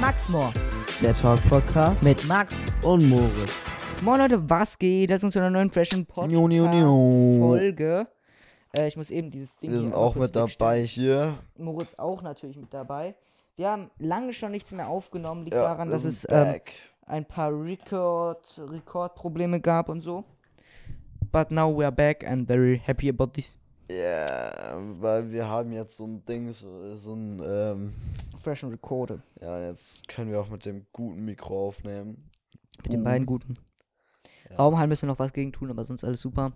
Max Moore Der Talk Podcast mit Max. und Moritz. Moin Leute, was geht? Das ist zu einer neuen freshen Jo, jo, jo. Podcast-Folge. Äh, ich muss eben dieses Ding Wir hier sind einmal auch kurz mit dabei hier. wegstellen. Moritz auch natürlich mit dabei. Wir haben lange schon nichts mehr aufgenommen. Liegt Ja, daran, wir dass sind es ähm, back. ein paar Record, Rekordprobleme gab und so. But now we are back and very happy about this Yeah, weil wir haben jetzt so ein Ding, so, so ein, ähm, fresh and recorded. ja, jetzt können wir auch mit dem guten Mikro aufnehmen. Mit Mhm. den beiden guten. Raumhall müssen wir noch was gegen tun, aber sonst alles super.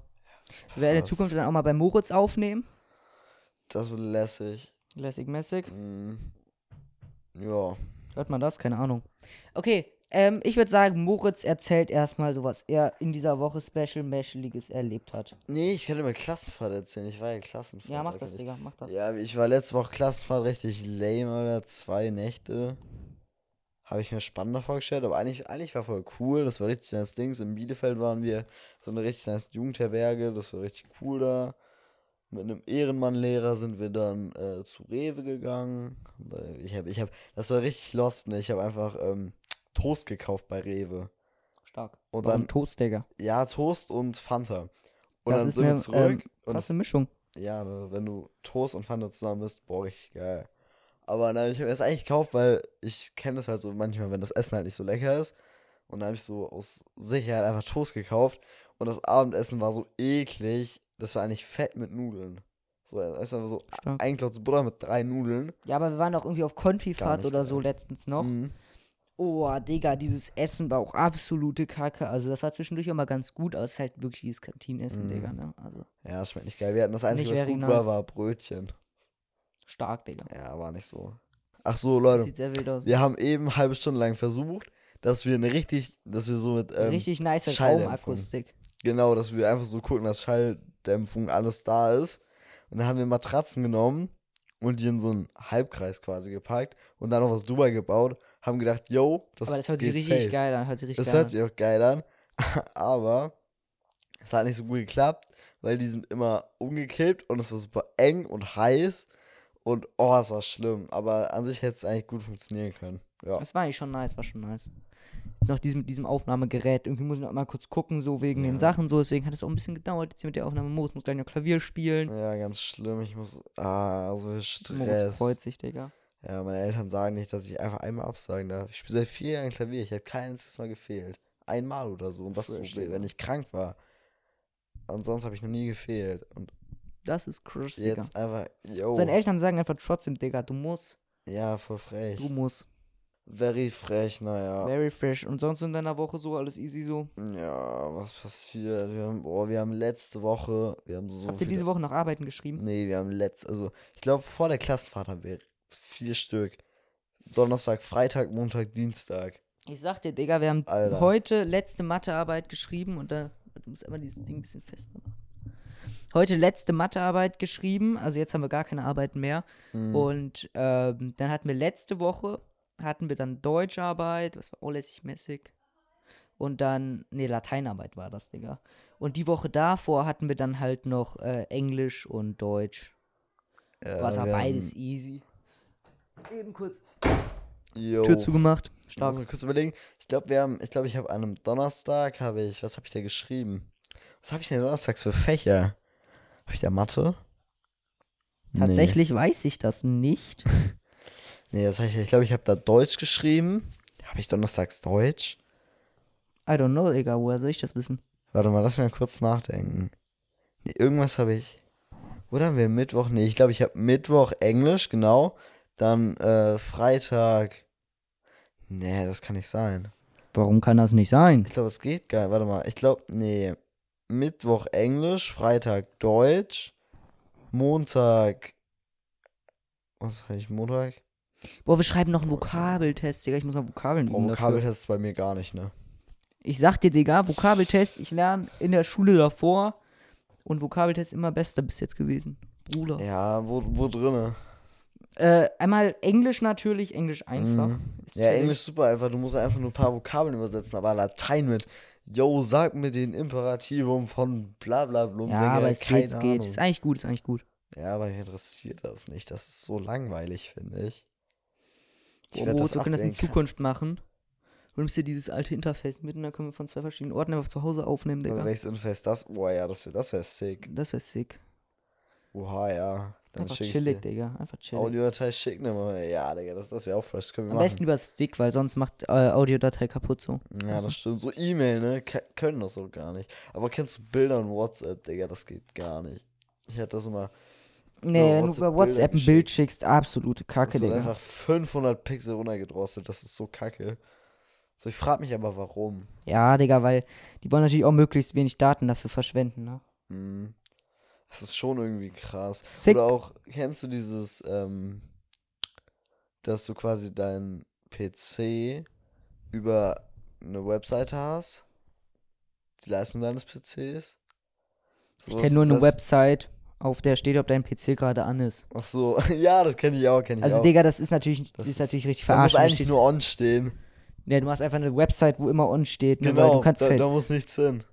Wir werden in passt. Zukunft dann auch mal bei Moritz aufnehmen. Das wird lässig. Lässig-mäßig. Mhm. Ja. Hört man das? Keine Ahnung. Okay, ähm, ich würde sagen, Moritz erzählt erstmal so, was er in dieser Woche Special Mesheliges erlebt hat. Nee, ich kann über Klassenfahrt erzählen. Ich war ja Klassenfahrt. Ja, mach da das, kann ich- Digga, mach das. Ja, ich war letzte Woche Klassenfahrt richtig lame, Alter. Zwei Nächte. Habe ich mir spannender vorgestellt, aber eigentlich, eigentlich war voll cool. Das war richtig nice Dings. In Bielefeld waren wir so eine richtig nice Jugendherberge. Das war richtig cool da. Mit einem Ehrenmann-Lehrer sind wir dann äh, zu Rewe gegangen. Weil Ich habe, ich habe, das war richtig lost, ne? Ich habe einfach ähm, Toast gekauft bei Rewe. Stark. Und Warum dann, Toast, Digga? ja, Toast und Fanta. Und Das dann ist sind wir eine, zurück. ähm, und es Krasse Mischung. ja, ne, wenn du Toast und Fanta zusammen bist, boah, richtig geil. Aber na, ich habe es eigentlich gekauft, weil ich kenne das halt so manchmal, wenn das Essen halt nicht so lecker ist. Und dann habe ich so aus Sicherheit einfach Toast gekauft. Und das Abendessen war so eklig. Das war eigentlich Fett mit Nudeln. So, das ist einfach so Stark. ein Klotz Butter mit drei Nudeln. Ja, aber wir waren auch irgendwie auf Konfifahrt nicht oder so geil. letztens noch. Mhm. Oh, Digga, dieses Essen war auch absolute Kacke. Also, das war zwischendurch immer ganz gut, aber es ist halt wirklich dieses Kantinenessen, Mhm. Digga, ne? Also, Ja, das schmeckt nicht geil. Wir hatten das Einzige, Nicht was very gut war, nice. war Brötchen. stark, Digga. Ja, war nicht so. Ach so, Das Leute. sieht sehr wild aus. Wir haben eben eine halbe Stunde lang versucht, dass wir eine richtig, dass wir so mit ähm, Richtig nice Schalldämpfung. Raumakustik. Genau, dass wir einfach so gucken, dass Schalldämpfung alles da ist. Und dann haben wir Matratzen genommen und die in so einen Halbkreis quasi gepackt und dann noch was drüber gebaut. Haben gedacht, yo, das, Aber das hört sich geht richtig safe. geil an. Hört sich richtig Das geil hört an. sich auch geil an. Aber es hat nicht so gut geklappt, weil die sind immer umgekippt und es war super eng und heiß. Und oh, es war schlimm. Aber an sich hätte es eigentlich gut funktionieren können. Ja. Das war eigentlich schon nice, war schon nice. Jetzt noch diesem, diesem Aufnahmegerät. Irgendwie muss ich noch mal kurz gucken, so wegen den Ja. Sachen, so. Deswegen hat es auch ein bisschen gedauert. Jetzt hier mit der Aufnahme. Moritz muss gleich noch Klavier spielen. Ja, ganz schlimm. Ich muss. Ah, so viel Moritz Stress. freut sich, Digga. Ja, meine Eltern sagen nicht, dass ich einfach einmal absagen darf. Ich spiele seit vier Jahren Klavier. Ich habe kein einziges Mal gefehlt. Einmal oder so. Und das, Frisch, so, wenn Digga. ich krank war. Ansonsten habe ich noch nie gefehlt. Und Das ist crush, Digga. jetzt einfach, yo. Seine Eltern sagen einfach trotzdem, Digga, du musst, Ja, voll frech. du musst. Very frech, naja. Very fresh. Und sonst in deiner Woche so, alles easy so. Ja, was passiert? Wir haben, boah, wir haben letzte Woche, wir haben so Habt ihr viele- diese Woche noch Arbeiten geschrieben? Nee, wir haben letzt, also ich glaube vor der Klassenfahrt haben wir vier Stück. Donnerstag, Freitag, Montag, Dienstag. Ich sag dir, Digga, wir haben Alter. heute letzte Mathearbeit geschrieben und da. Du musst immer dieses Ding ein bisschen fester machen. Heute letzte Mathearbeit geschrieben, also jetzt haben wir gar keine Arbeit mehr. Hm. Und ähm, dann hatten wir letzte Woche, hatten wir dann Deutscharbeit, das war auch lässig mäßig. Und dann, nee, Lateinarbeit war das, Digga. Und die Woche davor hatten wir dann halt noch äh, Englisch und Deutsch. Ja, was war wir haben- beides easy. Eben kurz Yo. Tür zugemacht. Ich muss Stark. mal kurz überlegen. Ich glaube, wir haben, ich glaube, ich habe an einem Donnerstag habe ich, was habe ich da geschrieben? Was habe ich denn donnerstags für Fächer? Habe ich da Mathe? Nee. Tatsächlich weiß ich das nicht. Nee, das hab ich, ich glaube, ich habe da Deutsch geschrieben. Habe ich donnerstags Deutsch? I don't know, Digga, woher soll ich das wissen? Warte mal, lass mir kurz nachdenken. Nee, irgendwas habe ich. Oder haben wir Mittwoch? Nee, ich glaube, ich habe Mittwoch Englisch, genau. Dann äh, Freitag. Nee, das kann nicht sein. Warum kann das nicht sein? Ich glaube, es geht gar nicht. Warte mal. Ich glaube, nee. Mittwoch Englisch, Freitag Deutsch, Montag. Was habe ich Montag? Boah, wir schreiben noch einen Vokabeltest, Digga. Ich muss noch Vokabeln Oh, üben dafür. Vokabeltest ist bei mir gar nicht, ne? Ich sag dir, Digga, Vokabeltest, ich lerne in der Schule davor. Und Vokabeltest immer bester bis jetzt gewesen. Bruder. Ja, wo, wo drinne? Äh, einmal Englisch natürlich, Englisch einfach. Mhm. Ist Ja, chillig. Englisch super einfach. Du musst einfach nur ein paar Vokabeln übersetzen, aber Latein mit. Yo, sag mir den Imperativum von bla bla blum. Ja, Digga, aber es keine geht, es geht. Ahnung. Ist eigentlich gut, ist eigentlich gut. Ja, aber mich interessiert das nicht. Das ist so langweilig, finde ich. Ich werd Wow, das Oh, wir können das in ablenken. Zukunft machen. Du nimmst dir dieses alte Interface mit und dann können wir von zwei verschiedenen Orten einfach zu Hause aufnehmen, Oder Digga. welches Interface das? Boah, ja, das wäre das wär sick. Das wär sick. Oha, ja. Dann Einfach schick ich chillig, dir Digga. Einfach chillig. Audiodatei schicken. dann machen wir- Ja, Digga, das, das wäre auch fresh. Das können wir Am machen. besten über Stick, weil sonst macht äh, Audiodatei kaputt so. Also, Ja, das stimmt. So E-Mail, ne? Ke- Können das auch gar nicht. Aber kennst du Bilder und WhatsApp, Digga? Das geht gar nicht. Ich hatte das immer. Nee, Ja, wenn du WhatsApp bei WhatsApp ein Bilder Bild schickst, absolute Es Kacke, wird Digga. einfach 500 Pixel runtergedrosselt. Das ist so kacke. So, ich frag mich aber, warum. Ja, Digga, weil die wollen natürlich auch möglichst wenig Daten dafür verschwenden, ne? Hm. Das ist schon irgendwie krass. Sick. Oder auch, kennst du dieses, ähm, dass du quasi deinen PC über eine Webseite hast? Die Leistung deines PCs? Ich Sowas- kenne nur eine das- Website, auf der steht, ob dein PC gerade an ist. Ach so, ja, das kenne ich auch, kenne ich Also, auch. Digga, das ist natürlich, Das ist ist- natürlich richtig da muss verarscht. wenn eigentlich steht- nur on stehen. Nee, du machst einfach eine Website, wo immer on steht, ne? Weil Genau, du kannst da, halt, da muss nichts hin.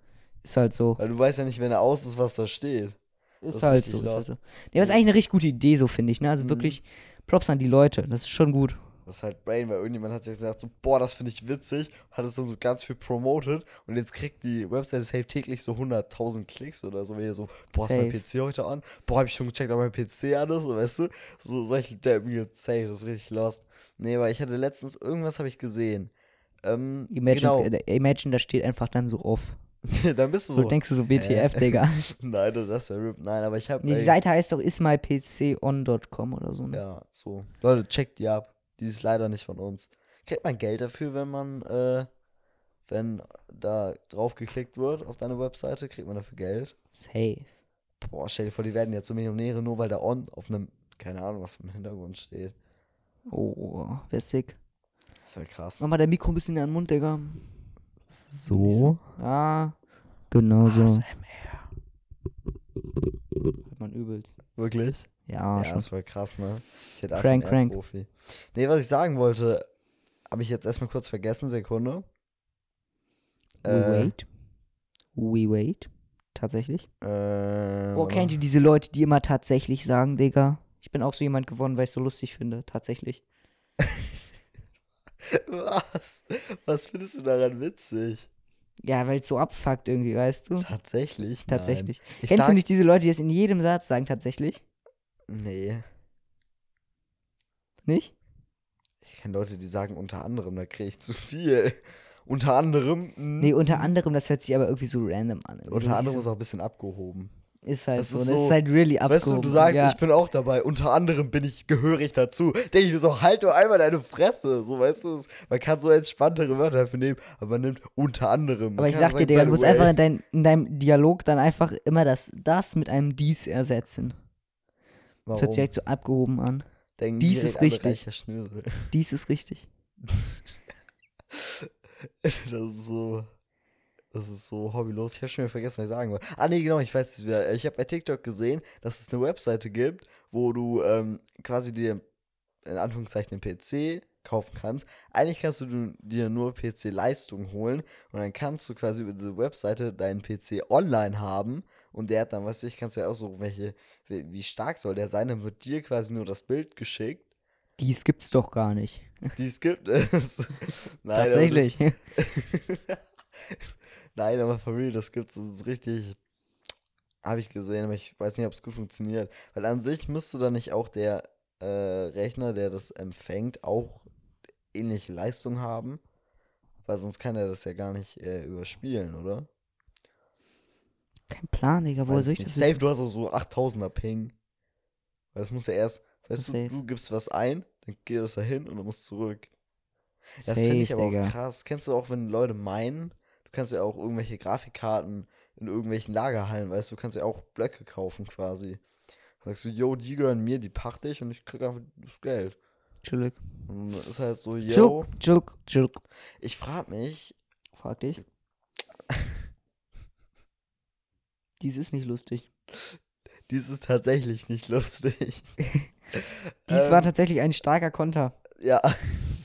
ist halt so. Weil du weißt ja nicht, wenn er aus ist, was da steht. das Ist ist halt richtig so. Ist halt lost. so. Nee, das ist eigentlich eine richtig gute Idee, so finde ich, ne? Also Mhm. wirklich Props an die Leute, das ist schon gut. Das ist halt Brain, weil irgendjemand hat sich gesagt, so, boah, das finde ich witzig, hat es dann so ganz viel promoted und jetzt kriegt die Webseite safe täglich so 100.000 Klicks oder so, wenn ihr so, boah, ist mein PC heute an? Boah, hab ich schon gecheckt, ob mein PC an ist, so, weißt du? So solche Termine, safe, das ist richtig lost. Nee, weil ich hatte letztens, irgendwas habe ich gesehen. Ähm, Imagine, äh, Imagine, da steht einfach dann so off. genau, dann bist du So, so, denkst du so WTF, Hä? Digga. Nen, das wäre RIP. Nein, aber ich habe. Nee, die Seite heißt doch ismypcon.com oder so. Ne? Ja, so. Leute, checkt die ab. Die ist leider nicht von uns. Kriegt man Geld dafür, wenn man, äh, wenn da drauf geklickt wird auf deine Webseite, kriegt man dafür Geld? Safe. Boah, stell dir vor, die werden ja zu Millionäre, nur weil da on auf einem, keine Ahnung, was im Hintergrund steht. Oh, wär sick. Das wäre krass. Mach mal dein Mikro ein bisschen in den Mund, Digga. So? Ja, genau so. ASMR. Hat man übelst. Wirklich? Ja, Ja, schon. das war krass, ne? Ich hätte Crank, ASMR crank. Profi. Nee, was ich sagen wollte, habe ich jetzt erstmal kurz vergessen, Sekunde. We wait. We wait. Tatsächlich. Äh, Boah, warte kennt mal. ihr diese Leute, die immer tatsächlich sagen, Digga? Ich bin auch so jemand geworden, weil ich so lustig finde. Tatsächlich. Was? Was findest du daran witzig? Ja, weil es so abfuckt irgendwie, weißt du? Tatsächlich? Nein. Tatsächlich. Ich Kennst sag, du nicht diese Leute, die das in jedem Satz sagen, tatsächlich? Nee. Nicht? Ich kenne Leute, die sagen unter anderem, da kriege ich zu viel. Unter anderem. mm, Nee, unter anderem, das hört sich aber irgendwie so random an. Irgendwie so- unter anderem ist auch ein bisschen abgehoben. Ist halt Das so. ist Das ist so- halt really abgehoben. Weißt du, du sagst, ja. ich bin auch dabei. Unter anderem bin ich gehörig dazu. Denke ich mir so, halt doch einmal deine Fresse. So, weißt du, es- man kann so entspanntere Wörter dafür nehmen, aber man nimmt unter anderem. Man Aber ich kann auch sag dir, sagen, Digga, du by the musst way. einfach in, dein, in deinem Dialog dann einfach immer das, das mit einem dies ersetzen. Das hört Warum? sich direkt so abgehoben an. Denken dies direkt ist alle richtig. reicher Schnösel. Dies ist richtig. Das ist so. Das ist so hobbylos. Ich habe schon wieder vergessen, was ich sagen wollte. Ah, nee, genau, ich weiß es wieder. Ich habe bei TikTok gesehen, dass es eine Webseite gibt, wo du ähm, quasi dir in Anführungszeichen den PC kaufen kannst. Eigentlich kannst du du dir nur PC-Leistung holen und dann kannst du quasi über diese Webseite deinen PC online haben und der hat dann, weißt du, ich kannst du ja aussuchen, welche, wie wie stark soll der sein, dann wird dir quasi nur das Bild geschickt, Dies gibt's doch gar nicht. die es gibt. Nein, aber das- Tatsächlich. Nein, aber for real, das gibt's, das ist richtig. Habe ich gesehen, aber ich weiß nicht, ob es gut funktioniert. Weil an sich müsste dann nicht auch der äh, Rechner, der das empfängt, auch ähnliche Leistung haben. Weil sonst kann er das ja gar nicht äh, überspielen, oder? Kein Plan, Digga. Woher Weiß soll ich nicht. das Safe, wissen? du hast auch so 8000er Ping. Weil das muss ja erst, weißt du, Safe. du gibst was ein, dann geht das dahin und du musst zurück. Das Safe, finde ich aber Digga. auch krass. Kennst du auch, wenn Leute meinen, du kannst ja auch irgendwelche Grafikkarten in irgendwelchen Lagerhallen, weißt du, du kannst ja auch Blöcke kaufen quasi. Sagst du, yo, die gehören mir, die pachte ich und ich krieg einfach das Geld. Chillig. Und dann ist halt so, yo. Chillig, chillig, chillig. Ich frag mich, Frag dich. Dies ist nicht lustig. dies ist tatsächlich nicht lustig. Dies war Ähm, tatsächlich ein starker Konter. Ja.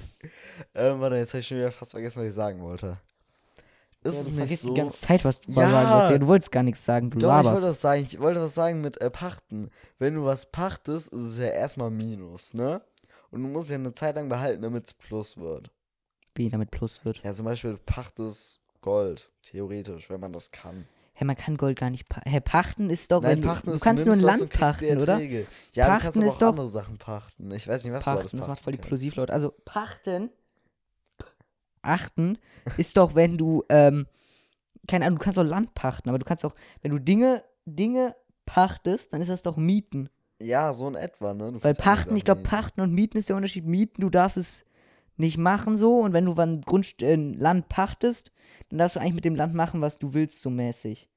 ähm, warte, jetzt habe ich schon wieder fast vergessen, was ich sagen wollte. Ist Ja, es du nicht vergisst so? die ganze Zeit, was du Ja. mal sagen wolltest. Ja, du wolltest gar nichts sagen, du Doch, ich wollte laberst. das sagen. Ich wollte das sagen mit äh, Pachten. Wenn du was pachtest, ist es ja erstmal Minus, ne? Und du musst es ja eine Zeit lang behalten, damit es plus wird. Wie damit plus wird. Ja, zum Beispiel du pachtest Gold, theoretisch, wenn man das kann. Hä, man kann Gold gar nicht pa Hä, pachten ist doch, wenn Nein, du, pachten du ist, kannst nur ein nimmst das Land und kriegst die pachten, oder? Erträge. Ja, du kannst Pachten aber ist auch doch- andere Sachen pachten. Ich weiß nicht, was du alles Pachten, das macht voll die pachten Plosivlaut. Also pachten, achten, ist doch, wenn du, ähm, keine Ahnung, du kannst auch Land pachten, aber du kannst auch, wenn du Dinge, Dinge pachtest, dann ist das doch Mieten. kannst. Ja, so in etwa, ne? Du Weil kannst andere Pachten, ich Sachen glaube, nehmen. Pachten und Mieten ist der Unterschied. Mieten, du darfst es nicht machen so und wenn du wann Grundst äh, Land pachtest, dann darfst du eigentlich mit dem Land machen, was du willst, so mäßig.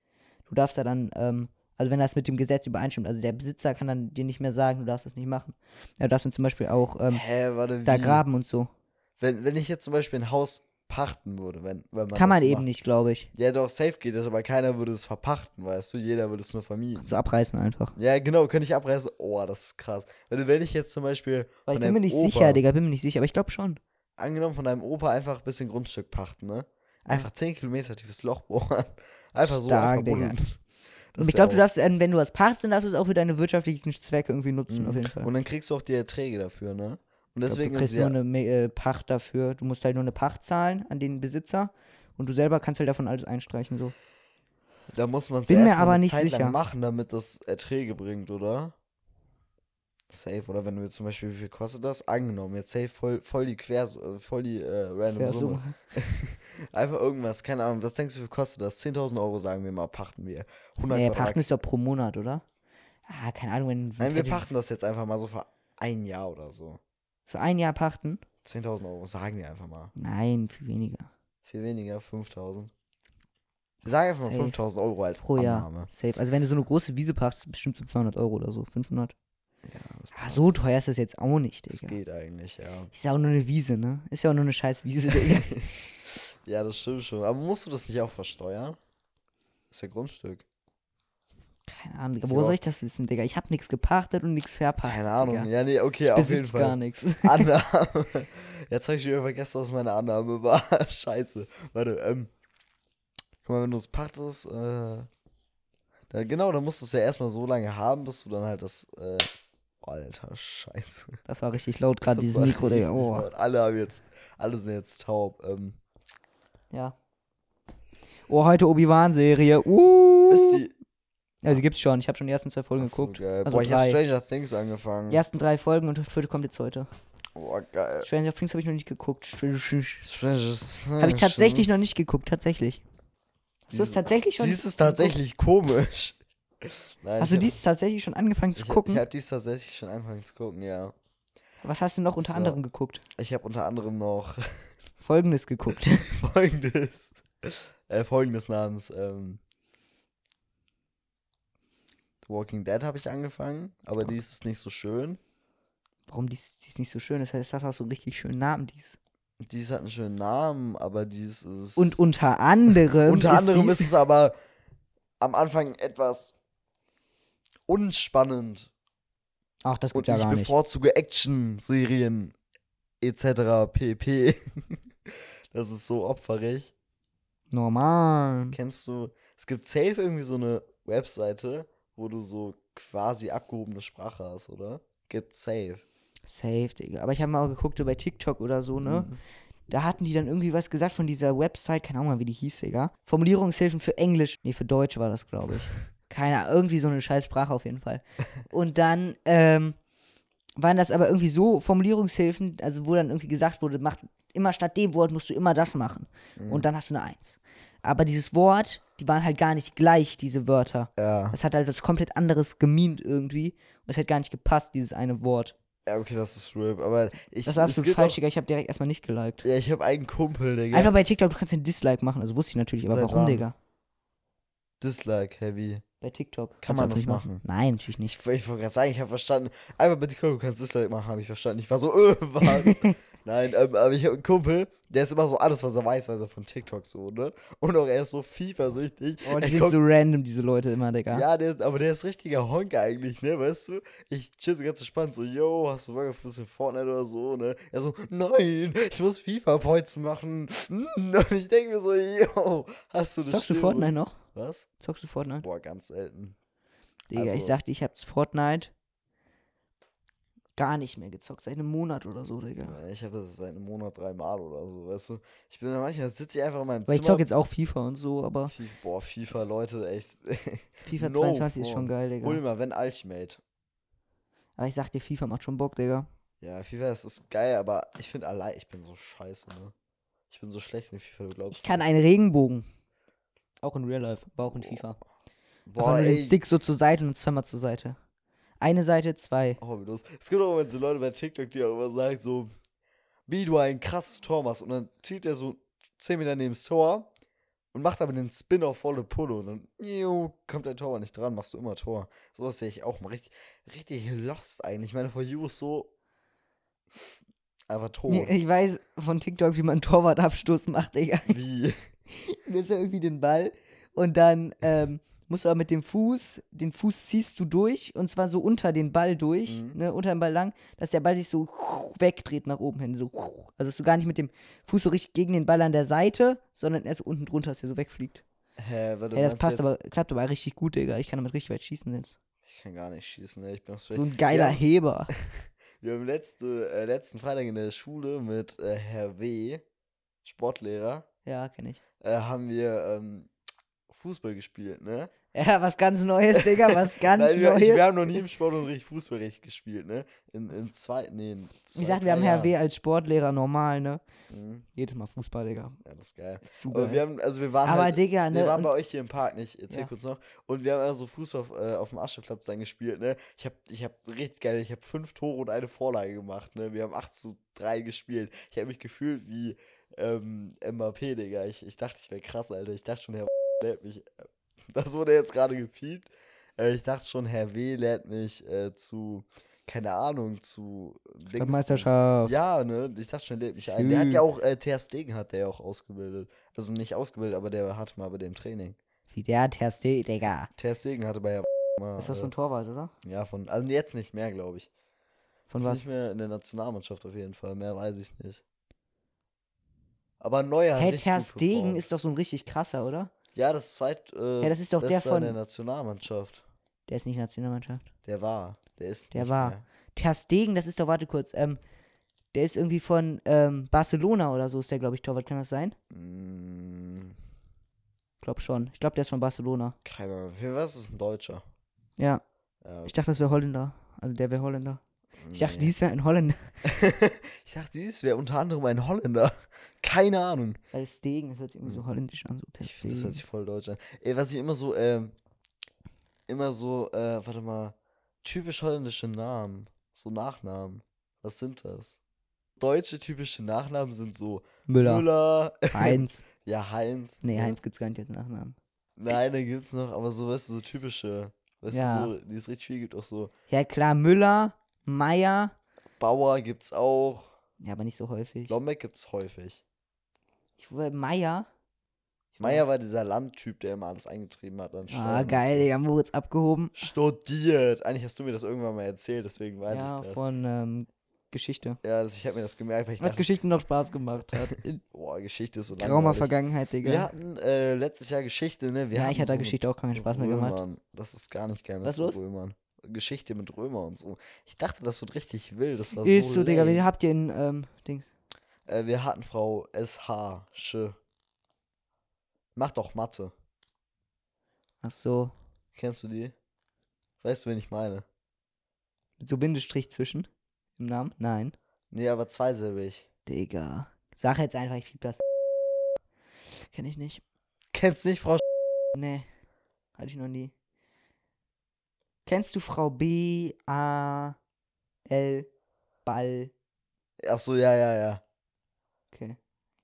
Du darfst da dann, ähm, also wenn das mit dem Gesetz übereinstimmt, also der Besitzer kann dann dir nicht mehr sagen, du darfst das nicht machen. Er darfst dann zum Beispiel auch ähm, Hä, warte, wie? da graben und so. Wenn, wenn ich jetzt zum Beispiel ein Haus pachten würde, wenn, wenn man Kann man das eben macht. nicht, glaube ich. Ja, doch, safe geht das, aber keiner würde es verpachten, weißt du? Jeder würde es nur vermieten. So abreißen einfach. Ja, genau, könnte ich abreißen. Oh, das ist krass. Wenn, wenn ich jetzt zum Weil Beispiel ich von bin deinem mir nicht Opa, sicher, Digga, bin mir nicht sicher, aber ich glaube schon. angenommen von deinem Opa einfach ein bisschen Grundstück pachten, ne? Einfach 10 Kilometer tiefes Loch bohren. Einfach so Stark, einfach Digga. buddeln. Das Und ich ist ja glaube, du auch- darfst, ähm, wenn du was pachtest, dann darfst du es auch für deine wirtschaftlichen Zwecke irgendwie nutzen, Mhm. auf jeden Fall. Und dann kriegst du auch die Erträge dafür, ne? Und Ich glaub, deswegen du ist kriegst ja, nur eine Me- äh, Pacht dafür. Du musst halt nur eine Pacht zahlen an den Besitzer und du selber kannst halt davon alles einstreichen. So. da muss man es Bin ja mir erstmal aber eine nicht Zeit sicher. lang machen, damit das Erträge bringt, oder? Safe, oder wenn du jetzt zum Beispiel, wie viel kostet das? Angenommen, jetzt safe voll, voll die Quers, äh, voll die äh, random Summe. Versuche. Einfach irgendwas, keine Ahnung, was denkst du, wie viel kostet das? 10.000 Euro sagen wir mal, pachten wir. 100 Nee, Quadrat- Pachten ist ja pro Monat, oder? Ah, keine Ahnung, wenn Nein, wir hätte- pachten das jetzt einfach mal so für ein Jahr oder so. für ein Jahr Pachten? 10.000 Euro, sagen wir einfach mal. Nein, viel weniger. Viel weniger, 5.000. Wir sagen einfach Safe. mal 5.000 Euro als Pro Jahr. Annahme. Safe. Also wenn du so eine große Wiese pachtest, bestimmt so 200 Euro oder so, 500. Ja, das Ah, so passt. teuer ist das jetzt auch nicht, Das Digga. geht eigentlich, ja. Ist ja auch nur eine Wiese, ne? Ist ja auch nur eine scheiß Wiese, Digga. Ja, das stimmt schon. Aber musst du das nicht auch versteuern? Das ist ja Grundstück. Keine Ahnung, Digga. Ich Wo soll auch. ich das wissen, Digga? Ich hab nichts gepachtet und nichts verpachtet. Keine Ahnung. Digga. Ja, nee, okay, auf jeden Besitz gar Fall. nichts. Annahme. Jetzt habe ich wieder vergessen, was meine Annahme war. Scheiße. Warte, ähm. Guck mal, wenn du es pachtest, äh. Da, genau, dann musst du es ja erstmal so lange haben, bis du dann halt das, äh. Alter, scheiße. Das war richtig laut gerade, Das dieses war Mikro, Digga. richtig Oh. laut. Alle haben jetzt, alle sind jetzt taub. Ähm, Ja. Oh, heute Obi-Wan-Serie. Uh. ist die. Also gibt's schon. Ich habe schon die ersten zwei Folgen Ach so, geguckt. Geil. Also Boah, ich habe drei. Stranger Things angefangen. Die ersten drei Folgen und die vierte kommt jetzt heute. Boah, geil. Stranger Things habe ich noch nicht geguckt. Habe Habe ich tatsächlich noch nicht geguckt, tatsächlich. Hast du es Diese- tatsächlich schon? Also Dies ist tatsächlich komisch. Nein, Hast du ich dies tatsächlich schon angefangen hab, zu ich hab- gucken? Ich habe dies tatsächlich schon angefangen zu gucken, ja. Was hast du noch unter war- anderem geguckt? Ich habe unter anderem noch Folgendes geguckt. folgendes. Äh, folgendes namens. Ähm, The Walking Dead habe ich angefangen, aber dies ist nicht so schön. Warum dies, dies nicht so schön ist, weil es hat auch so einen richtig schönen Namen, dies. Dies hat einen schönen Namen, aber dies ist. Und unter anderem. Unter anderem dies- ist es aber am Anfang etwas unspannend. Ach, das Und gibt's ja ich gar nicht. bevorzuge Action-Serien etc. pp. Das ist so opferig. Normal. Kennst du, es gibt safe irgendwie so eine Webseite, wo du so quasi abgehobene Sprache hast, oder? Gibt safe. Safe, Digga. Aber ich habe mal auch geguckt, so bei TikTok oder so, ne? Mhm. Da hatten die dann irgendwie was gesagt von dieser Website, keine Ahnung mal, wie die hieß, Digga. Formulierungshilfen für Englisch. Nee, für Deutsch war das, glaube ich. Keine Ahnung, irgendwie so eine scheiß Sprache auf jeden Fall. Und dann, ähm, waren das aber irgendwie so Formulierungshilfen, also wo dann irgendwie gesagt wurde, mach immer statt dem Wort musst du immer das machen. Mhm. Und dann hast du eine Eins. Aber dieses Wort, die waren halt gar nicht gleich, diese Wörter. Ja. Es hat halt was komplett anderes gemint irgendwie. Und es hat gar nicht gepasst, dieses eine Wort. ja, okay, das ist RIP. Aber ich. Das es war absolut gibt falsch, Auch, Digga. Ich habe direkt erstmal nicht geliked. ja, ich habe einen Kumpel, Digga. Einfach bei TikTok, du kannst den Dislike machen. Also wusste ich natürlich, aber Seit warum, wann? Digga? Dislike, heavy. Bei TikTok. Kannst Kann du man einfach das nicht machen? Nein, natürlich nicht. Ich, ich wollte gerade sagen, ich habe verstanden. Einmal bitte, du kannst Dislike machen, habe ich verstanden. Ich war so, öh, was? Nein, ähm, aber ich habe einen Kumpel, der ist immer so alles, was er weiß, weiß er von TikTok so, ne? Und auch er ist so FIFA-süchtig. Oh, die Er sind guckt- so random, diese Leute immer, Digga. ja, der ist, aber der ist richtiger Honk eigentlich, ne? Weißt du? Ich chill so ganz entspannt, so, yo, hast du Bock auf ein bisschen Fortnite oder so, ne? Er so, nein, ich muss FIFA-Points machen. Und ich denke mir so, yo, hast du das Zockst du Stimme? Fortnite noch? Was? Zockst du Fortnite? Boah, ganz selten. Digga, ich also- sagte, ich hab's Fortnite. gar nicht mehr gezockt. Seit einem Monat oder so, Digga. Ja, Ich habe das seit einem Monat dreimal oder so, weißt du? Ich bin da manchmal, sitze ich einfach in meinem Weil ich Zimmer. zock jetzt auch FIFA und so, aber Fi- Boah, FIFA, Leute, echt. FIFA No 22 ist form. schon geil, Digga. Hol mal, wenn Ultimate. Aber ich sag dir, FIFA macht schon Bock, Digga. Ja, FIFA das ist geil, aber ich finde allein, ich bin so scheiße, ne? Ich bin so schlecht in FIFA, du glaubst. Ich kann nicht. einen Regenbogen. Auch in Real Life, aber auch in FIFA. Boah, Einfach nur ey. den Stick so zur Seite und zweimal zur Seite. Eine Seite, zwei. Oh, wie los. Es gibt auch immer so Leute bei TikTok, die auch immer sagen so, wie du ein krasses Tor machst. Und dann zieht er so 10 Meter neben das Tor und macht aber den Spin auf volle Pulle. Und dann jo, kommt der Torwart nicht dran, machst du immer Tor. Sowas sehe ich auch mal. Richtig, richtig lost eigentlich. Meine For You ist so einfach tot. Nee, ich weiß von TikTok, wie man einen Torwartabstoß macht, Digga. Wie? Du hast ja irgendwie den Ball und dann ähm, musst du aber mit dem Fuß, den Fuß ziehst du durch und zwar so unter den Ball durch, Mhm. ne, unter den Ball lang, dass der Ball sich so wegdreht nach oben hin. So. Also dass du gar nicht mit dem Fuß so richtig gegen den Ball an der Seite, sondern erst unten drunter, dass der so wegfliegt. Hä, warte, Ey, das meinst du passt jetzt- aber, klappt aber richtig gut, Digga. Ich kann damit richtig weit schießen jetzt. Ich kann gar nicht schießen, ey. Ich bin auch So ein geiler Ja. Heber. Wir haben letzte, äh, letzten Freitag in der Schule mit äh, Herr W., Sportlehrer, Ja, kenne ich. äh, haben wir ähm, Fußball gespielt, ne? Ja, was ganz Neues, Digga, was ganz Weil wir, Neues. ich, wir haben noch nie im Sportunterricht Fußball richtig gespielt, ne? In, in zwei, nee, in zwei, Wie gesagt, drei wir haben Herr W. Jahren. als Sportlehrer normal, ne? Mhm. Jedes Mal Fußball, Digga. Ja, das ist geil. Super. Aber wir haben, also wir waren Aber halt, Digga, wir ne? waren und- bei euch hier im Park, nicht? Erzähl Ja. kurz noch. Und wir haben also Fußball auf, äh, auf dem Ascheplatz dann gespielt, ne? Ich hab, ich hab richtig geil, ich hab fünf Tore und eine Vorlage gemacht, ne? Wir haben 8 zu 3 gespielt. Ich habe mich gefühlt wie ähm, Mbappé, Digga. Ich, ich dachte, ich wäre krass, Alter. Ich dachte schon, Herr lädt mich. äh, Das wurde jetzt gerade gepiept. Äh, ich dachte schon, Herr W. lädt mich äh, zu, keine Ahnung, zu Dings- Meisterschaft. ja, ne? Ich dachte schon, der lädt mich ein. Der hat ja auch, äh, Ter Stegen hat der ja auch ausgebildet. Also nicht ausgebildet, aber der hatte mal bei dem Training. Wie der Terste, Digga. Ter Stegen hatte bei ja mal. Ist das so ein äh, Torwart, oder? ja, von. Also jetzt nicht mehr, glaube ich. Von Ist was? Nicht mehr in der Nationalmannschaft auf jeden Fall. Mehr weiß ich nicht. Aber ein neuer. hat Hey, richtig Ter gut Stegen performt. ist doch so ein richtig krasser, oder? Ja, das zweit. Äh, Ja, das ist doch der Bester in der von- Nationalmannschaft. Der ist nicht Nationalmannschaft. Der war. Der ist. Der nicht war. Mehr. Ter Stegen, das ist doch, warte kurz, ähm, der ist irgendwie von ähm, Barcelona oder so, ist der, glaube ich, Torwart. Kann das sein? Mm, Glaub schon. Ich glaube, der ist von Barcelona. keine Ahnung. Für was ist ein Deutscher? Ja. Ja, Ich dachte, das wäre Holländer. Also der wäre Holländer. Ich dachte, nee. dies wäre ein Holländer. Ähm, ich dachte, dies wäre unter anderem ein Holländer. Keine Ahnung. Weil Stegen, das hört sich irgendwie so Mhm. holländisch an. So Ter Ich finde, das hört Stegen. sich voll deutsch an. Ey, was ich immer so, ähm, immer so, äh, warte mal, typisch holländische Namen, so Nachnamen. Was sind das? Deutsche typische Nachnamen sind so Müller. Müller, Heinz. ja, Heinz. Nee, ne? Heinz gibt's gar nicht als Nachnamen. Nein, da gibt's noch, aber so, weißt du, so typische, weißt Ja. du, wo, die es richtig viel gibt, auch so. Ja, klar, Müller, Meier. Bauer gibt's auch, Ja, aber nicht so häufig. Lombeck gibt's häufig. Ich, wo- Meier. Meier war dieser Landtyp, der immer alles eingetrieben hat. An Steuern Ah, und geil, so. Digga, Moritz abgehoben. Studiert. Eigentlich hast du mir das irgendwann mal erzählt, deswegen weiß ja, ich das. von ähm, Geschichte. Ja, das, ich habe mir das gemerkt, weil ich Was dachte, Geschichte noch Spaß gemacht hat. In boah, Geschichte ist so grauer langweilig. Vergangenheit, Digga. Wir hatten äh, letztes Jahr Geschichte, ne? Wir ja, hatten ich hatte so da Geschichte auch keinen mit Spaß mehr gemacht. Römern. Das ist gar nicht geil mit Was so los? Römern. Geschichte mit Römer und so. Ich dachte, das wird richtig wild. Das war Ist so, so, Digga, lame. wen habt ihr in ähm, Dings? äh, wir hatten Frau SH. Sche. Mach doch Mathe. Ach so, Kennst du die? Weißt du, wen ich meine? mit so Bindestrich zwischen im Namen? Nein. Nee, aber zweisilbig. Digga. Sag jetzt einfach, ich piep das. Kenn ich nicht. Kennst nicht Frau Nee, hatte ich noch nie. Kennst du Frau B, A, L, Ball? Ach so, ja, ja, ja. Okay.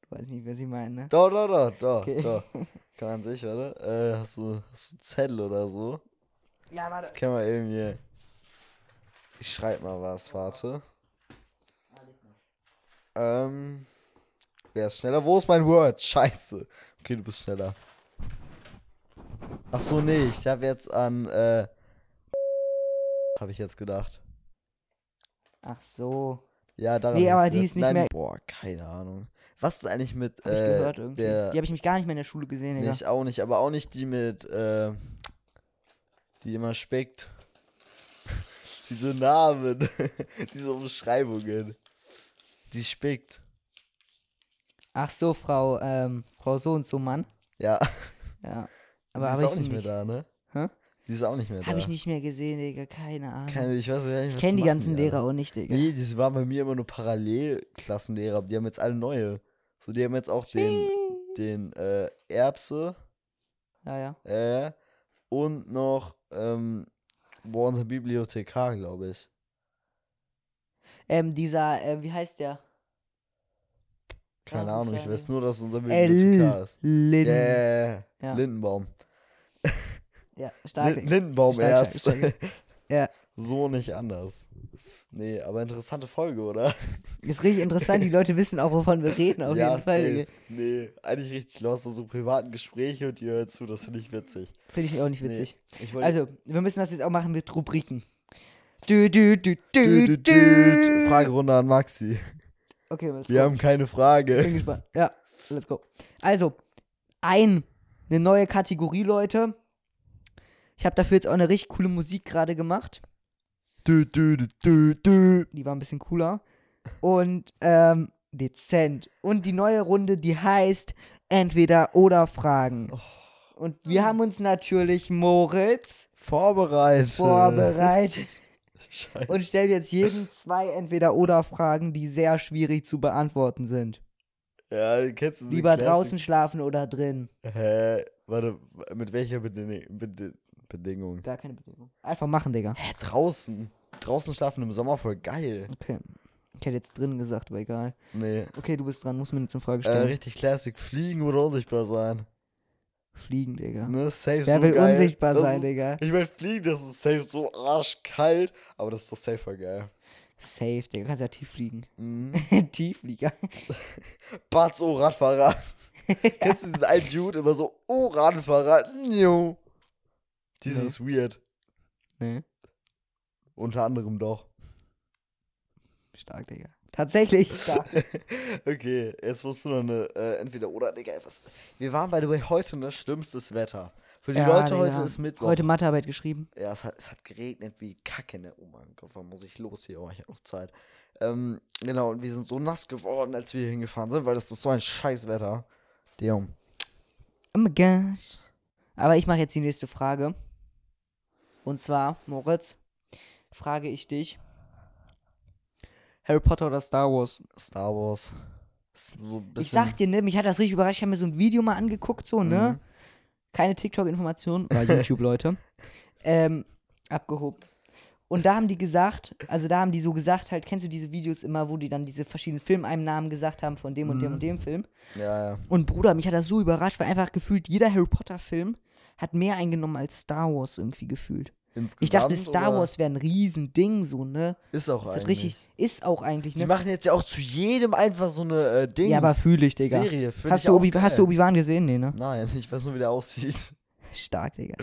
Du weißt nicht, wer sie meint, ne? Da, da, da, da, Okay. da. Kann man sich, oder? Äh, hast du, hast du einen Zettel oder so? Ja, warte. Kann man irgendwie. Ich schreib mal was, warte. Ähm. Wer ist schneller? Wo ist mein Word? Scheiße. Okay, du bist schneller. Ach so, nee, ich habe jetzt an, äh. Habe ich jetzt gedacht. Ach so. Ja, daran. Nee, aber liegt's die jetzt. ist nicht Nein, mehr- Boah, keine Ahnung. Was ist eigentlich mit. Hab äh, ich gehört irgendwie. Der, Die habe ich mich gar nicht mehr in der Schule gesehen, Digga. Nicht auch nicht, aber auch nicht die mit, äh, die immer speckt. Diese Namen, diese Umschreibungen. Die spickt. Ach so, Frau, ähm, Frau so und so Mann. Ja. Ja. Aber die habe ist ich auch nicht mehr nicht, da, ne? Hä? Die ist auch nicht mehr da. hab ich nicht mehr gesehen, Digga. Keine Ahnung. Keine, ich weiß gar nicht, ich was kenne die machen ganzen alle. Lehrer auch nicht, Digga. Nee, die waren bei mir immer nur Parallelklassenlehrer, aber die haben jetzt alle neue. So, die haben jetzt auch den, den äh, Erbse Ja, ja. äh, und noch ähm, boah, unser Bibliothekar, glaube ich. Ähm, dieser, äh, wie heißt der? Keine Ah, Ahnung, ich wahrscheinlich. weiß nur, dass unser Bibliothekar L. ist. Lin. Ja, ja, ja. Ja. Lindenbaum. Ja, stark. Digga. Stark, Lin Lindenbaum-Erz. stark, stark. Ja. so nicht anders. Nee, aber interessante Folge, oder? Ist richtig interessant. Die Leute wissen auch, wovon wir reden, auf jeden Fall. safe. Digga. Nee, eigentlich richtig los, so privaten Gespräche und ihr hört zu, das finde ich witzig. Finde ich auch nicht witzig. Nee, ich wollte Also, wir müssen das jetzt auch machen mit Rubriken. Dü, dü, dü, Dü, dü, dü, dü, dü. Fragerunde an Maxi. Okay, let's Wir go. haben keine Frage. Bin gespannt. Ja, let's go. Also, ein, eine neue Kategorie, Leute. Ich habe dafür jetzt auch eine richtig coole Musik gerade gemacht. Dü, dü, dü, dü, dü. Die war ein bisschen cooler. Und, ähm, dezent. Und die neue Runde, die heißt Entweder oder Fragen. Oh. Und wir haben uns natürlich, Moritz, Vorbereitet. vorbereitet. Scheiße. und stellen jetzt jeden zwei Entweder-Oder-Fragen, die sehr schwierig zu beantworten sind. ja, kennst du diese Lieber Classic- draußen schlafen oder drin. Hä? Warte, mit welcher Beding Bede- Bedingung? Gar keine Bedingung. Einfach machen, Digga. Hä, draußen. Draußen schlafen im Sommer voll geil. Okay. Ich hätte jetzt drin gesagt, aber egal. Nee. Okay, du bist dran, musst mir jetzt eine Frage Äh, stellen. richtig Classic. Fliegen oder unsichtbar sein. Fliegen, Digga. Ne, safe Wer so will geil. unsichtbar das sein, ist, Digga? Ich meine, fliegen, das ist safe so arschkalt, aber das ist doch safe voll geil. Safe, Digga. Kannst ja tief fliegen. Mhm. Tiefflieger. Batz, oh, Radfahrer. Kennst du diesen einen Dude immer so, oh, Radfahrer, njo. Dieses weird. Nee. Unter anderem doch. Stark, Digga. Tatsächlich stark. okay, jetzt musst du noch eine, äh, entweder oder, Digga, was. Wir waren, by the way, heute, ne, schlimmstes Wetter. Für die Ja, Leute, Digga. heute ist Mittwoch. Heute Mathearbeit geschrieben. Ja, es hat, es hat geregnet wie Kacke, ne? Oh mein Gott, wann muss ich los hier? Oh, ich hab noch Zeit. Ähm, genau, und wir sind so nass geworden, als wir hier hingefahren sind, weil das ist so ein Scheißwetter. Deum. Oh my gosh. Aber ich mache jetzt die nächste Frage. Und zwar, Moritz, frage ich dich: Harry Potter oder Star Wars? Star Wars. Ist so ein bisschen Ich sag dir, ne, mich hat das richtig überrascht. Ich habe mir so ein Video mal angeguckt, so, ne? Keine TikTok-Informationen, war YouTube, Leute. Ähm, abgehoben. Und da haben die gesagt, also da haben die so gesagt, halt, kennst du diese Videos immer, wo die dann diese verschiedenen Filmeinnahmen gesagt haben von dem und dem Mhm. und dem Film? Ja, ja. Und Bruder, mich hat das so überrascht, weil einfach gefühlt jeder Harry Potter-Film hat mehr eingenommen als Star Wars irgendwie gefühlt. Insgesamt, Ich dachte, Star oder? Wars wäre ein Riesending, so, ne? ist auch Das eigentlich. hat richtig, ist auch eigentlich, Die ne? machen jetzt ja auch zu jedem einfach so eine äh, Dings. Ja, aber fühle ich, Digga. Serie. find Hast ich du, auch Obi, hast du geil. Obi-Wan gesehen? Nee, ne? Nein, ich weiß nur, wie der aussieht. Stark, Digga.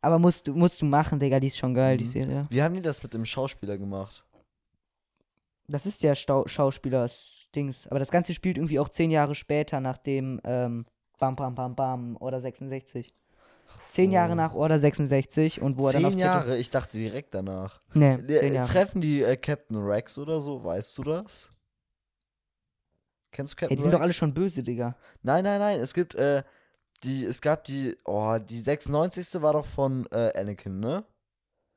Aber musst du, musst du machen, Digga, die ist schon geil, die Mhm. Serie. Wie haben die das mit dem Schauspieler gemacht? Das ist der Stau Schauspieler Dings. Aber das Ganze spielt irgendwie auch zehn Jahre später, nachdem ähm, Bam Bam Bam Bam oder 66. Zehn Jahre nach Order 66 und wo er Oh. Zehn dann auf Tatoo- Jahre, ich dachte direkt danach. Nee, Ne, zehn äh, Jahre. Treffen die äh, Captain Rex oder so, weißt du das? Kennst du Captain Ey, die Rex? sind doch alle schon böse, Digga. Nein, nein, nein, es gibt, äh, die, es gab die, oh, die 96. war doch von äh, Anakin, ne?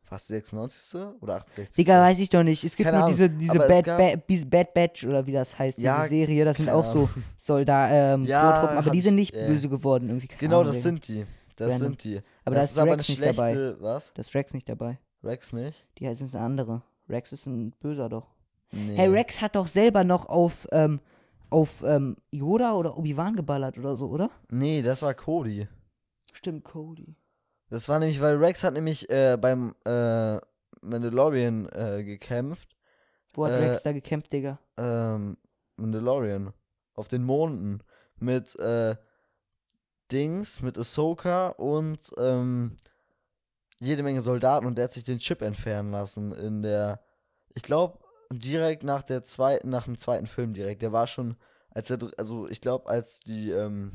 Was, die 96. oder 68.? Digga, weiß ich doch nicht. Es gibt Keine nur Ahnung, diese, diese aber es Bad, gab- Ba- diese Bad Batch oder wie das heißt, diese Ja, Serie. Das sind keine auch so Soldaten, ähm, Ja, Bodentruppen, aber hab die sind ich- nicht äh, böse geworden irgendwie. Keine Genau, Ahnung, das Digga. sind die. Das Random. sind die. Aber da das ist Rex nicht dabei. Was? Da ist Rex nicht dabei. Rex nicht? Die heißt ist eine andere. Rex ist ein böser doch. Nee. Hey, Rex hat doch selber noch auf, ähm, auf ähm, Yoda oder Obi-Wan geballert oder so, oder? Nee, das war Cody. Stimmt, Cody. Das war nämlich, weil Rex hat nämlich äh, beim äh, Mandalorian äh, gekämpft. Wo hat Äh, Rex da gekämpft, Digga? Ähm, Mandalorian. Auf den Monden. Mit äh, Dings, mit Ahsoka und ähm, jede Menge Soldaten. Und der hat sich den Chip entfernen lassen in der. Ich glaube, direkt nach der zweiten, nach dem zweiten Film direkt. Der war schon, als er, dr- also ich glaube, als die, ähm,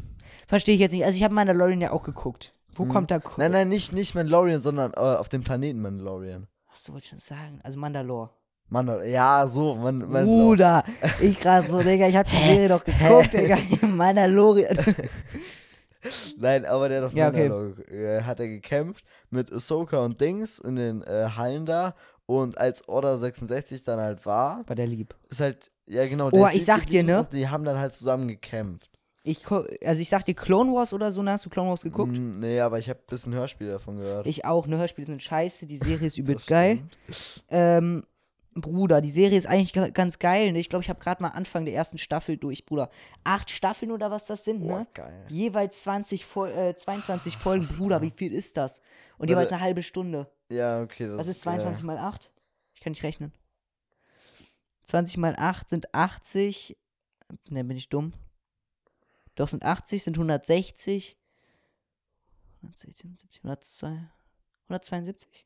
Verstehe ich jetzt nicht. Also ich habe Mandalorian ja auch geguckt. Wo Mhm. kommt da Co nein, nein, nicht, nicht Mandalorian, sondern äh, auf dem Planeten Mandalorian. Was wollte ich schon sagen? Also Mandalore. Mandal ja, so, man, Uh, man Bruder, ich gerade so, Digga, ich hab die Serie doch geguckt, Digga, Mandalorian. Nein, aber der hat auf Ja, okay. Mandalore äh, hat er gekämpft mit Ahsoka und Dings in den äh, Hallen da. Und als Order 66 dann halt war, War der lieb. ist halt, ja genau. Oh, ich ist lieb sag dir, geblieben ne? und Die haben dann halt zusammen gekämpft. Ich, ko- also ich sag dir, Clone Wars oder so, ne? Hast du Clone Wars geguckt? Mm, nee, aber ich habe ein bisschen Hörspiel davon gehört. Ich auch, ne? Hörspiele sind scheiße, die Serie ist Das übelst geil. stimmt. Ähm, Bruder, die Serie ist eigentlich ga- ganz geil, ne? Ich glaube, ich habe gerade mal Anfang der ersten Staffel durch, Bruder. Acht Staffeln oder was das sind, Boah, ne? geil. Jeweils 20 Fol äh, 22 Folgen, Bruder, wie viel ist das? Und Also- jeweils eine halbe Stunde. Ja, okay. Das Was ist äh, geil. 22 mal 8? Ich kann nicht rechnen. 20 mal 8 sind 80. Ne, bin ich dumm. Doch, sind 80, sind 160. 160, 172. 172?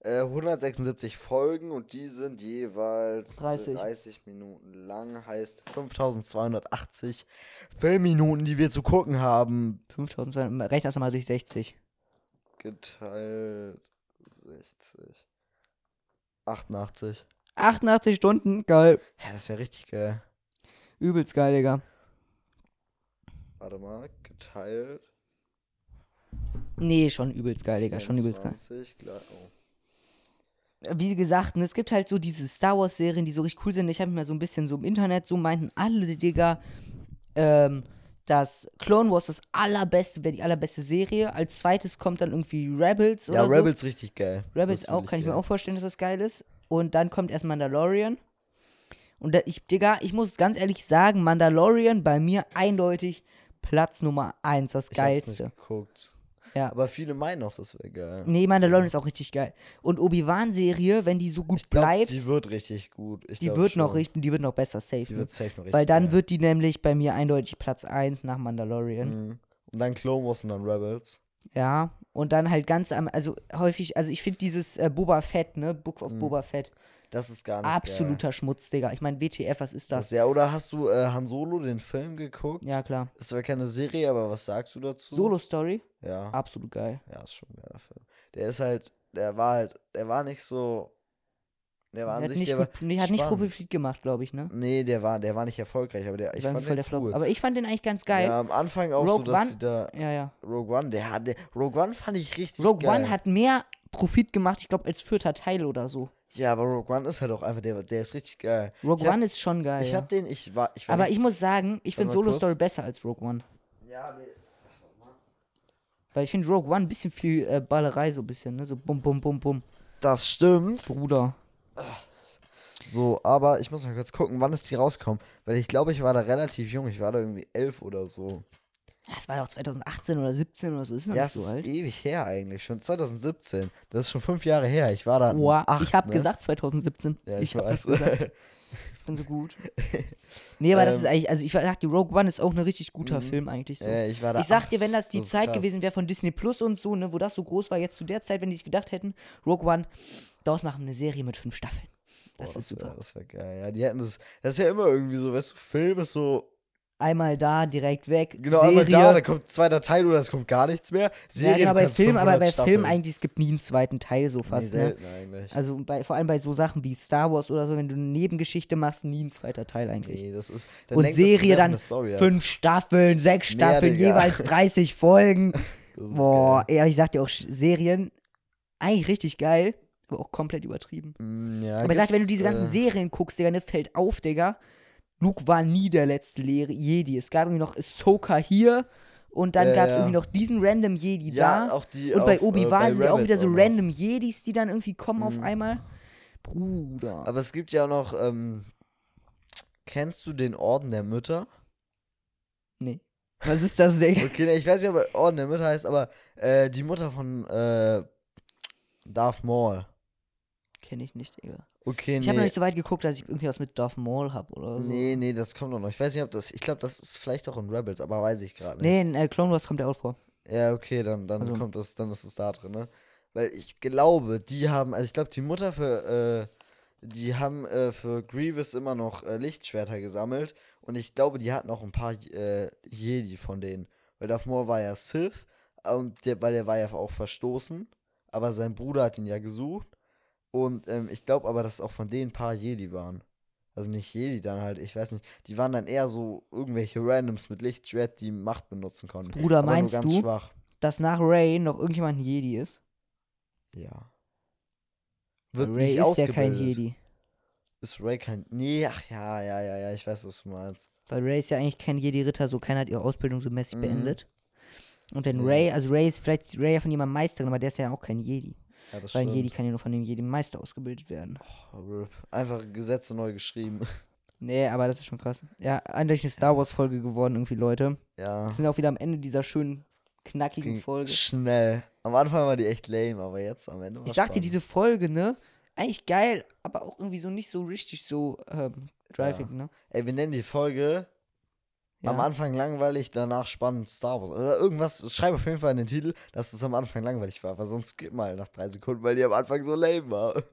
Äh, 176 Folgen und die sind jeweils 30. 30 Minuten lang, heißt 5280 Filmminuten, die wir zu gucken haben, 5200. Rechne das mal durch 60. geteilt 60. 88. 88 Stunden. Geil. Ja, das wäre richtig geil. Übelst geil, Digga. Warte mal, geteilt. Nee, schon übelst geil, Digga. Schon übelst geil. 24 gleich- oh. wie gesagt, ne, es gibt halt so diese Star Wars-Serien, die so richtig cool sind. Ich habe mir so ein bisschen so im Internet so meinten alle, Digga, ähm, dass Clone Wars das allerbeste, wäre die allerbeste Serie. Als zweites kommt dann irgendwie Rebels Ja, oder Rebels richtig geil. so. Rebels Das auch, will kann ich mir geil. auch vorstellen, dass das geil ist. Und dann kommt erst Mandalorian. Und da, ich, Digga, ich muss ganz ehrlich sagen, Mandalorian bei mir eindeutig Platz Nummer eins, das Ich hab's geilste. nicht geguckt. Ja. Aber viele meinen auch, das wäre geil. Nee, Mandalorian ist auch richtig geil. Und Obi-Wan-Serie, wenn die so gut Ich glaub, bleibt. Die wird richtig gut. Ich Die glaub wird noch schon. richten, die wird noch besser safe. Die ne? wird safe noch richtig Weil dann geil. wird die nämlich bei mir eindeutig Platz 1 nach Mandalorian. Mhm. Und dann Clone Wars und dann Rebels. Ja. Und dann halt ganz am, also häufig, also ich finde dieses äh, Boba Fett, ne? Book of Boba Fett, Das ist gar nicht Mhm. geil. absoluter Schmutz, Digga. Ich meine, WTF, was ist das? Das, ja, oder hast du äh, Han Solo den Film geguckt? Ja, klar. Das war keine Serie, aber was sagst du dazu? Solo-Story, Ja, absolut geil. ja, ist schon ein geiler Film. Der ist halt, der war halt, der war nicht so, der war Hat an sich, nicht, der war, gut- nee, hat nicht spannend. Profit gemacht, glaube ich, ne? nee, der war, der war nicht erfolgreich, aber der, ich War fand voll den der Flop. cool. Aber ich fand den eigentlich ganz geil. Ja, am Anfang auch Rogue so, dass One- die da, Ja, ja. Rogue One, der hat, der, Rogue One fand ich richtig Rogue geil. One hat mehr Profit gemacht, ich glaube, als vierter Teil oder so. ja, aber Rogue One ist halt auch einfach, der, der ist richtig geil. Rogue Ich hab- One ist schon geil. Ich ja. hab den, ich war, ich war Aber nicht- ich muss sagen, ich finde Warte mal Solo kurz. Story besser als Rogue One. ja, nee. Weil ich finde Rogue One ein bisschen viel äh, Ballerei, so ein bisschen, ne? So bum, bum, bum, bum. Das stimmt. Bruder. So, aber ich muss mal kurz gucken, wann ist die rausgekommen? Weil ich glaube, ich war da relativ jung. Ich war da irgendwie elf oder so. Ja, Das war doch 2018 oder 17 oder so, ist noch ja, nicht es so ist alt. ewig her eigentlich. Schon 2017. Das ist schon fünf Jahre her. Ich war da. Boah, acht, ich habe ne? gesagt 2017. Ja, ich ich, hab das weiß. gesagt. Ich bin so gut. Nee, aber das ist Ähm. eigentlich, also ich sag dir, Rogue One ist auch ein richtig guter Film eigentlich so. ja, ich war da. mhm. ich sag acht. dir, wenn das die Das ist Zeit krass. gewesen wäre von Disney Plus und so, ne, wo das so groß war, jetzt zu der Zeit, wenn die sich gedacht hätten, Rogue One, daraus machen wir eine Serie mit fünf Staffeln. Boah, Das wird super. wär- Das wäre geil. Ja, die hätten das. Das ist ja immer irgendwie so, weißt du, Film ist so. Einmal da, direkt weg. Genau, Serie, einmal da, dann kommt zweiter Teil oder es kommt gar nichts mehr. Ja, Serie, genau, du bei kannst Film, aber 500 bei Film Staffeln. eigentlich, es gibt nie einen zweiten Teil so fast, nee, ne? selten eigentlich. Also bei, vor allem bei so Sachen wie Star Wars oder so, wenn du eine Nebengeschichte machst, nie ein zweiter Teil eigentlich. nee, das ist. dann Und lenkt das zu sehr Serie von dann der Story ab. fünf Staffeln, sechs Mehr, Staffeln, Digga. jeweils 30 Folgen. Das ist Boah, ja, ich sag dir auch, Sch- Serien, eigentlich richtig geil, aber auch komplett übertrieben. Mm, Ja, aber ich sag dir, wenn du gibt's, diese ganzen äh, Serien guckst, Digga, ne, fällt auf, Digga. Luke war nie der letzte Leere Jedi. Es gab irgendwie noch Ahsoka hier und dann Ja, gab's ja. irgendwie noch diesen random Jedi da. ja, auch die Und bei auf, äh, Obi-Wan bei sind ja auch Rebels wieder so noch. random Jedis, die dann irgendwie kommen auf Mhm. einmal. Bruder. Aber es gibt ja auch noch, ähm, kennst du den Orden der Mütter? nee. Was ist das, Digga? Okay, ich weiß nicht, ob er Orden der Mütter heißt, aber äh, die Mutter von äh, Darth Maul. Kenn ich nicht, Digga. Okay, Ich nee. habe noch nicht so weit geguckt, dass ich irgendwie was mit Darth Maul hab oder so. nee, nee, das kommt doch noch. Ich weiß nicht, ob das, ich glaube, das ist vielleicht auch in Rebels, aber weiß ich gerade nicht. Nee, in äh, Clone Wars kommt der auch vor. Ja, okay, dann, dann Also- kommt das, dann ist es da drin, ne? Weil ich glaube, die haben, also ich glaube, die Mutter für, äh, die haben äh, für Grievous immer noch äh, Lichtschwerter gesammelt und ich glaube, die hatten auch ein paar äh, Jedi von denen. Weil Darth Maul war ja Sith äh, und der, weil der war ja auch verstoßen. aber sein Bruder hat ihn ja gesucht. Und ähm, ich glaube aber, dass auch von denen ein paar Jedi waren. Also nicht Jedi dann halt, ich weiß nicht. Die waren dann eher so irgendwelche Randoms mit Lichtschwert, die Macht benutzen konnten. Bruder, aber meinst nur ganz du? schwach. Dass nach Ray noch irgendjemand ein Jedi ist? Ja. Wird Ray nicht ist ja kein ausgebildet. Jedi. Ist Ray kein. Nee, ach ja, ja, ja, ja, ich weiß, was du meinst. Weil Ray ist ja eigentlich kein Jedi-Ritter, so keiner hat ihre Ausbildung so mäßig Mhm. beendet. Und wenn Ja. Ray, also Ray ist vielleicht ist Ray ja von jemandem Meisterin, aber der ist ja auch kein Jedi. Ja, das Weil ein stimmt. Jedi kann ja nur von dem Jedi-Meister ausgebildet werden. Oh, rip. Einfach Gesetze neu geschrieben. Nee, aber das ist schon krass. Ja, eindeutig eine Star Wars-Folge geworden, irgendwie, Leute. Ja. Sind auch wieder am Ende dieser schönen, knackigen ging Folge. Schnell. Am Anfang war die echt lame, aber jetzt am Ende war Ich sag dir, spannend. diese Folge, ne? Eigentlich geil, aber auch irgendwie so nicht so richtig so ähm, driving, ne? Ey, wir nennen die Folge Ja. am Anfang langweilig, danach spannend Star Wars. Oder irgendwas, schreib auf jeden Fall in den Titel, dass es am Anfang langweilig war, weil sonst skip mal nach drei Sekunden, weil die am Anfang so lame war.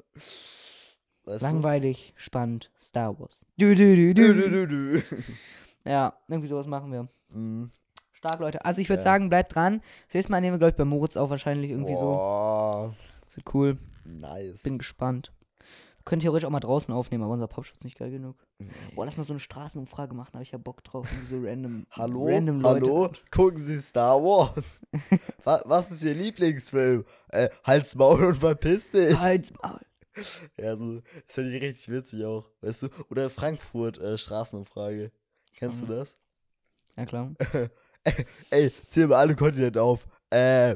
Weißt Langweilig, spannend, Star Wars. Du, du, du, du, Du? Dü, dü, dü, dü. Ja, irgendwie sowas machen wir. Mhm. Stark, Leute. Also ich würde Ja. sagen, bleibt dran. Das nächste Mal nehmen wir, glaube ich, bei Moritz auch wahrscheinlich irgendwie Boah, so. Das wird cool. nice. Bin gespannt. Könnt theoretisch auch mal draußen aufnehmen, aber unser Popschutz ist nicht geil genug. Hm. Boah, lass mal so eine Straßenumfrage machen, habe ich ja Bock drauf. Irgendwie So random, Hallo? random Leute. Hallo? Gucken Sie Star Wars. was, was ist Ihr Lieblingsfilm? Äh, halt's Maul und verpiss dich. Halt's Maul. Ja, so, das finde ich richtig witzig auch, weißt du? Oder Frankfurt äh, Straßenumfrage. Kennst Mhm. du das? Ja, klar. Ey, zähl mal alle Kontinente auf. Äh,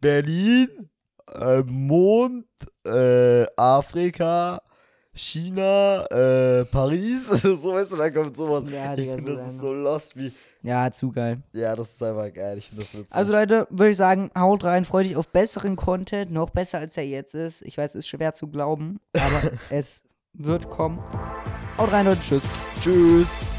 Berlin, äh, Mond, äh, Afrika, China, äh, Paris. so, weißt du, da kommt sowas. Ja, ich Digga, finde, so das ist random. so lost wie. Ja, zu geil. Ja, das ist einfach geil. Ich finde das witzig. Also Leute, würde ich sagen, haut rein, freut dich auf besseren Content, noch besser als er jetzt ist. Ich weiß, es ist schwer zu glauben, aber es wird kommen. Haut rein, Leute, tschüss. tschüss.